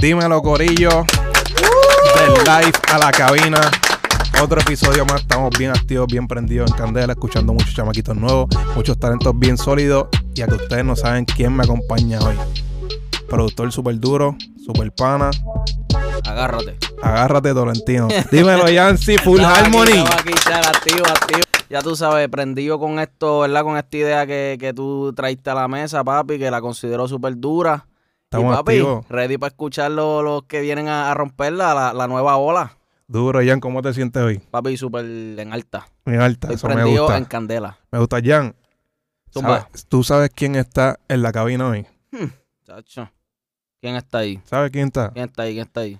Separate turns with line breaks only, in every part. Dímelo, Corillo. Del live a la cabina. Otro episodio más. Estamos bien activos, bien prendidos en candela, escuchando muchos chamaquitos nuevos, muchos talentos bien sólidos. Y a que ustedes no saben quién me acompaña hoy. Productor super duro, super pana.
Agárrate.
Agárrate, Tolentino. Dímelo, Yancy, Full
Estaba aquí,
Harmony.
estaba aquí, Char, activo, activo. Ya tú sabes, prendido con esto, ¿verdad? Con esta idea que, que tú traiste a la mesa, papi, que la considero súper dura.
Estamos
y papi,
activos.
ready para escuchar lo- los que vienen a, a romperla, la, la nueva ola.
Duro, Jan, ¿cómo te sientes hoy?
Papi, súper en alta.
Bien alta,
Estoy
eso me
prendido
gusta.
en candela.
Me gusta, Jan.
Zumba.
¿Sabes- ¿Tú sabes quién está en la cabina hoy?
Chacho. ¿Quién está ahí?
¿Sabes quién está?
¿Quién está ahí? ¿Quién está ahí?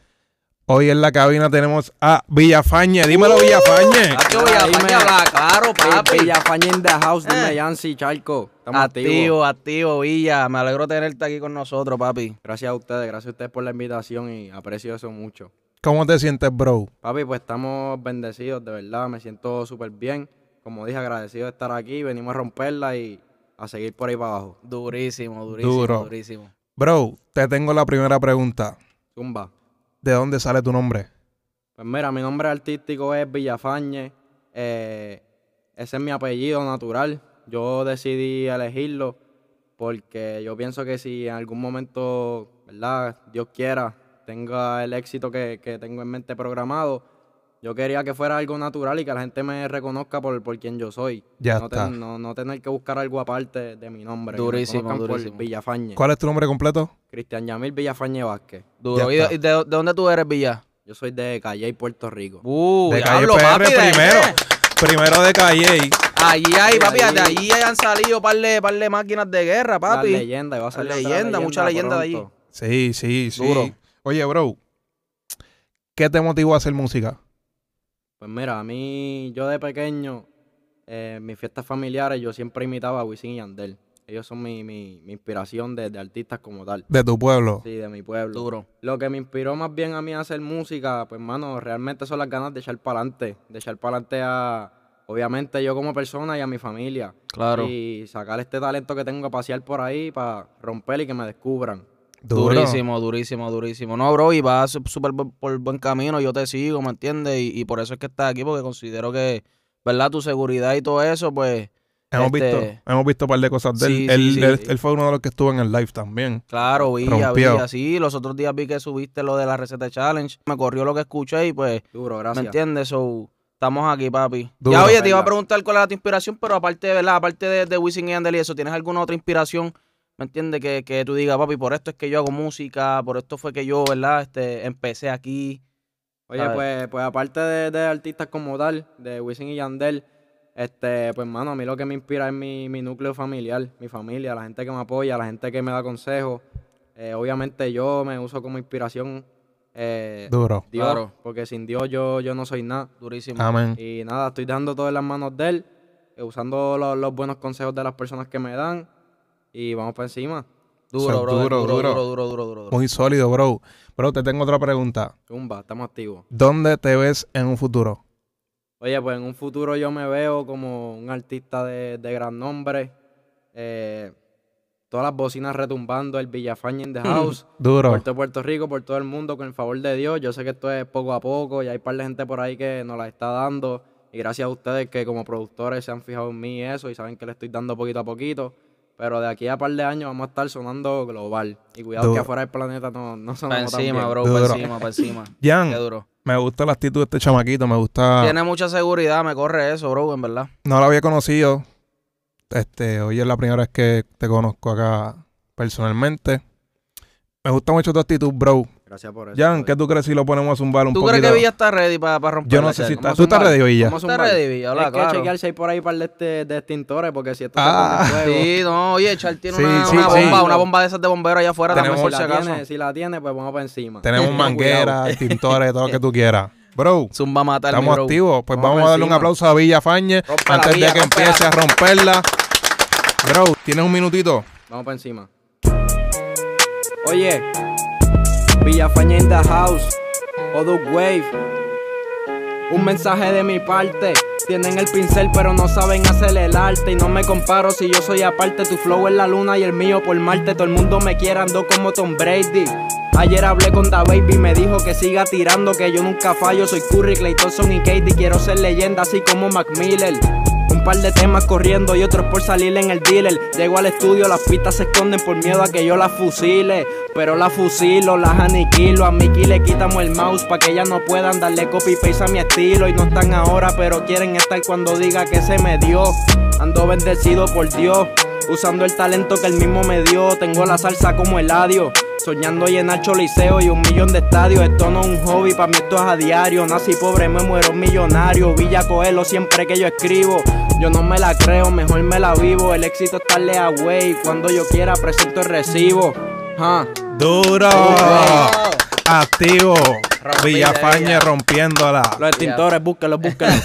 Hoy en la cabina tenemos a Villafañe.
Uh.
Dímelo, Villafañe.
Chacho, voy
Eh, Dime.
a voy a hablar claro, papi.
Villafaña in the house, dime
Eh.
Yancy, Charco. Estamos activos.
Activo, activo, Villa. Me alegro tenerte aquí con nosotros, papi.
Gracias a ustedes, gracias a ustedes por la invitación y aprecio eso mucho.
¿Cómo te sientes, bro?
Papi, pues estamos bendecidos, de verdad, me siento súper bien. Como dije, agradecido de estar aquí, venimos a romperla y a seguir por ahí para abajo.
Durísimo, durísimo,
Duro.
durísimo.
Bro, te tengo la primera pregunta.
Zumba.
¿De dónde sale tu nombre?
Pues mira, mi nombre artístico es Villafañe. eh, ese es mi apellido natural. Yo decidí elegirlo porque yo pienso que si en algún momento, ¿verdad? Dios quiera, tenga el éxito que, que tengo en mente programado, yo quería que fuera algo natural y que la gente me reconozca por, por quien yo soy.
Ya
no,
está.
ten- no, no tener que buscar algo aparte de mi nombre. que me
Durísimo,
conozcan por
durísimo.
Villafañe.
¿Cuál es tu nombre completo?
Cristian Yamil Villafañe Vázquez.
Duro.
Ya
¿Y, de,
está.
y de- de dónde tú eres, Villa?
Yo soy de Calle, Puerto Rico.
Uh,
de Calle
diablo,
PR
papi, de-
primero.
eh.
Primero de Calle.
Allí hay, papi,
Allí.
de allí han salido par de, par de máquinas de guerra, papi.
La leyenda, y va a
La
salir otra
leyenda, mucha leyenda de allí.
pronto.
Sí, sí, sí.
Duro.
Oye, bro. ¿Qué te motivó a hacer música?
Pues mira, a mí, yo de pequeño, eh, en mis fiestas familiares, yo siempre imitaba a Wisin y Yandel. Ellos son mi, mi- mi inspiración de, de artistas como tal.
De tu pueblo.
Sí, de mi pueblo.
Duro.
Lo que me inspiró más bien a mí a hacer música, pues mano, realmente son las ganas de echar para adelante. De echar para adelante a, obviamente, yo como persona y a mi familia.
Claro.
Y sacar este talento que tengo a pasear por ahí para romper y que me descubran.
Duro.
Durísimo, durísimo, durísimo. No, bro, y vas su- súper bu- por buen camino, yo te sigo, ¿me entiendes? Y, y por eso es que estás aquí, porque considero que, ¿verdad? Tu seguridad y todo eso, pues,
Hemos,
Este-
visto, hemos visto un par de cosas de él.
Sí, sí,
él,
sí.
él- él fue uno de los que estuvo en el live también.
claro, Villa,
Rompió.
Villa, sí. Los otros días vi que subiste lo de la receta challenge, me corrió lo que escuché y pues,
Duro,
¿Me
gracias.
entiendes? So, estamos aquí, papi.
Duro.
ya, oye, te iba a
Verdad.
preguntar cuál era tu inspiración, pero aparte, ¿verdad? Aparte de, de Wisin y Yandel y eso, ¿tienes alguna otra inspiración? ¿Me entiendes? Que, que tú digas, papi, por esto es que yo hago música, por esto fue que yo, ¿verdad? Este, empecé aquí.
Oye,
¿sabes?
pues, pues aparte de, de artistas como tal, de Wisin y Yandel, este, pues mano, a mí lo que me inspira es mi, mi núcleo familiar, mi familia, la gente que me apoya, la gente que me da consejos. Eh, obviamente yo me uso como inspiración eh,
Duro.
Dios,
Claro.
porque sin Dios yo, yo no soy nada.
Durísimo.
Amén.
Y nada, estoy dando todo en las manos de él, eh, usando lo- los buenos consejos de las personas que me dan y vamos para encima.
Duro,
Eso es
brother,
duro,
duro,
duro.
duro, duro, duro, duro, duro.
Muy sólido, bro. Bro, te tengo otra pregunta.
Tumba, estamos activos.
¿Dónde te ves en un futuro?
Oye, pues en un futuro yo me veo como un artista de, de gran nombre. eh, todas las bocinas retumbando, el Villafaña
Mm,
in the house.
Duro.
Por todo Puerto Rico, por todo el mundo, con el favor de Dios. Yo sé que esto es poco a poco y hay par de gente por ahí que nos la está dando. Y gracias a ustedes que como productores se han fijado en mí y eso y saben que le estoy dando poquito a poquito. Pero de aquí a par de años vamos a estar sonando global. Y cuidado
Duro.
que afuera del planeta no, no
Para
sonamos tan
encima,
bien.
bro,
Duro. Mm.
para encima, para encima. Qué
Jan,
duro.
me gusta la actitud de este chamaquito, me gusta.
Tiene mucha seguridad, me corre eso, bro, en verdad.
No lo había conocido. Este, hoy es la primera vez que te conozco acá personalmente. Me gusta mucho tu actitud, bro.
Gracias por eso.
Jan,
brother.
¿qué tú crees si lo ponemos a zumbar un
¿Tú
poquito?
crees que Villa está ready para romper
Yo no
la
sé si
chair?
está.
Vamos
¿Tú
a
estás
zumbar.
ready, Villa?
Vamos a
¿Está
zumbar.
ready, Villa?
Hay
Habla, claro.
que chequear si hay por ahí par de, este, de extintores, porque si esto
Ah,
se pone en fuego,
Sí, no, oye, Char tiene
Sí,
una,
sí,
una
sí.
bomba, una bomba de esas de bomberos allá afuera
Tenemos-
también, por si
si, la
acaso.
tiene, si la tiene, pues vamos para encima.
Tenemos
Cuidado.
mangueras, tintores, todo lo que tú quieras. Bro,
Zumba a matar, mi
estamos
bro.
activos. Pues
Vamos
vamos,
por
a darle un
encima.
aplauso a Villa Fañe
Rómpela,
antes de
Villa,
que
rómpela.
empiece a romperla. Bro, tienes un minutito.
Vamos para encima. Oye, Villafaña in the house, Odu Wave. Un mensaje de mi parte Tienen el pincel pero no saben hacer el arte Y no me comparo si yo soy aparte Tu flow es la luna y el mío por Marte Todo el mundo me quiere, ando como Tom Brady Ayer hablé con Da Baby, me dijo que siga tirando, que yo nunca fallo. Soy Curry, Clay Thompson y Katie, quiero ser leyenda, así como Mac Miller. Un par de temas corriendo y otros por salir en el dealer. Llego al estudio, las pistas se esconden por miedo a que yo las fusile. Pero las fusilo, las aniquilo. A Mickey le quitamos el mouse pa' que ellas no puedan darle copy paste a mi estilo. Y no están ahora, pero quieren estar cuando diga que se me dio. Ando bendecido por Dios, usando el talento que el mismo me dio. Tengo la salsa como el adio. Soñando llenar choliseo y un millón de estadios. Esto no es un hobby, para mí esto es a diario. Nací pobre, me muero millonario. Villa Coelho siempre que yo escribo. Yo no me la creo, mejor me la vivo. El éxito está a way. Cuando yo quiera presento el recibo. Huh.
Duro. Activo. Villafañe
Villa.
rompiéndola.
Los extintores, búsquenlos, búsquenlos.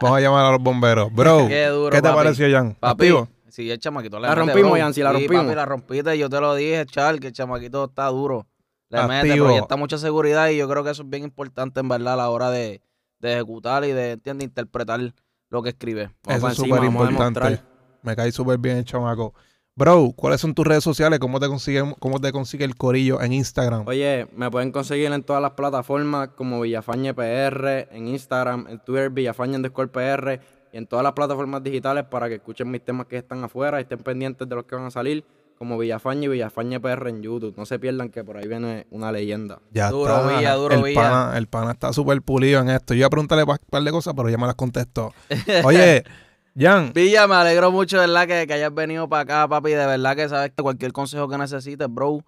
Vamos a llamar a los bomberos. Bro,
Qué duro,
¿qué te
papi.
pareció, Jan?
Papi,
Activo.
sí, el chamaquito le
La
mete,
rompimos,
bro.
Yancy, la
Sí,
rompimos.
papi, la rompiste, yo te lo dije, Char, que el chamaquito está duro. Le mete,
Activo.
proyecta mucha seguridad y yo creo que eso es bien importante, en verdad, a la hora de, de ejecutar y de, ¿entiendes? Interpretar lo que escribe.
Vamos
Eso
pa'
es
encima,
súper
vamos a
importante.
demostrar.
Me caí súper bien el chamaco. Bro, ¿cuáles son tus redes sociales? ¿Cómo te consiguen, cómo te consigue el corillo en Instagram?
Oye, me pueden conseguir en todas las plataformas como Villafañe PR, en Instagram, en Twitter, Villafañe underscore PR y en todas las plataformas digitales para que escuchen mis temas que están afuera y estén pendientes de los que van a salir como Villafañe y Villafañe PR en YouTube. No se pierdan que por ahí viene una leyenda.
Ya
Duro,
está.
Villa, duro,
el,
Villa.
Pana, el pana está súper pulido en esto. Yo iba a preguntarle pa- un par de cosas, pero ya me las contestó. Oye, Jan,
Villa, me alegro mucho, ¿verdad? Que, que hayas venido para acá, papi. De verdad que sabes que cualquier consejo que necesites, bro,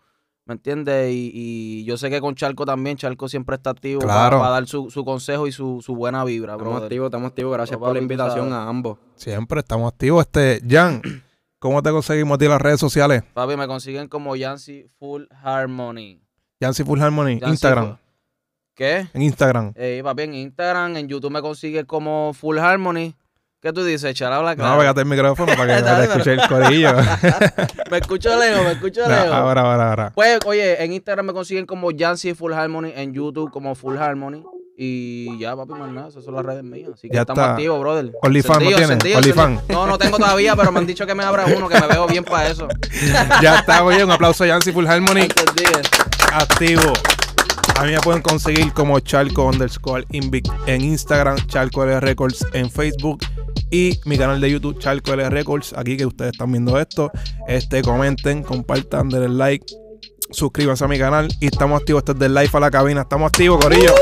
¿me entiendes? Y, y yo sé que con Charco también, Charco siempre está activo
Claro.
para, dar su, su consejo y su, su buena vibra,
Estamos
bro.
activos, estamos activos. Gracias
Papi,
por la
tú
invitación
sabes.
a ambos.
siempre estamos activos. Este, Jan, ¿cómo te conseguimos a ti en las redes sociales?
Papi, me consiguen como Yancy Full Harmony.
Jancy Full Harmony,
Yancy
Instagram.
Full- pues. ¿Qué?
En Instagram.
Eh, papi, en Instagram, en YouTube me consigues como Full Harmony. ¿Qué tú dices? Char, habla
No,
claro.
pégate el micrófono para que
Dale,
te escuche el corillo.
me escucho lejos, me escucho
No,
lejos.
ahora, ahora, ahora.
Pues, oye, en Instagram me consiguen como Yancy Full Harmony, en YouTube como Full Harmony. Y ya, papi, más nada, esas son las redes mías. Así que
Ya
estamos
está.
activos, brother.
OnlyFans, ¿no
Sentido,
tienes?
sentido,
OnlyFans.
sentido. No, no tengo todavía, pero me han dicho que me abra uno, que me veo bien para eso.
Ya está, oye, un aplauso a Jancy Full Harmony.
Entendido.
activo. A mí me pueden conseguir como Charco underscore Invic en Instagram, Charco L Records en Facebook y mi canal de YouTube, Charco L Records. Aquí que ustedes están viendo esto. Este, comenten, compartan, denle like, suscríbanse a mi canal y estamos activos. Este es del Live a la cabina. Estamos activos, Corillo.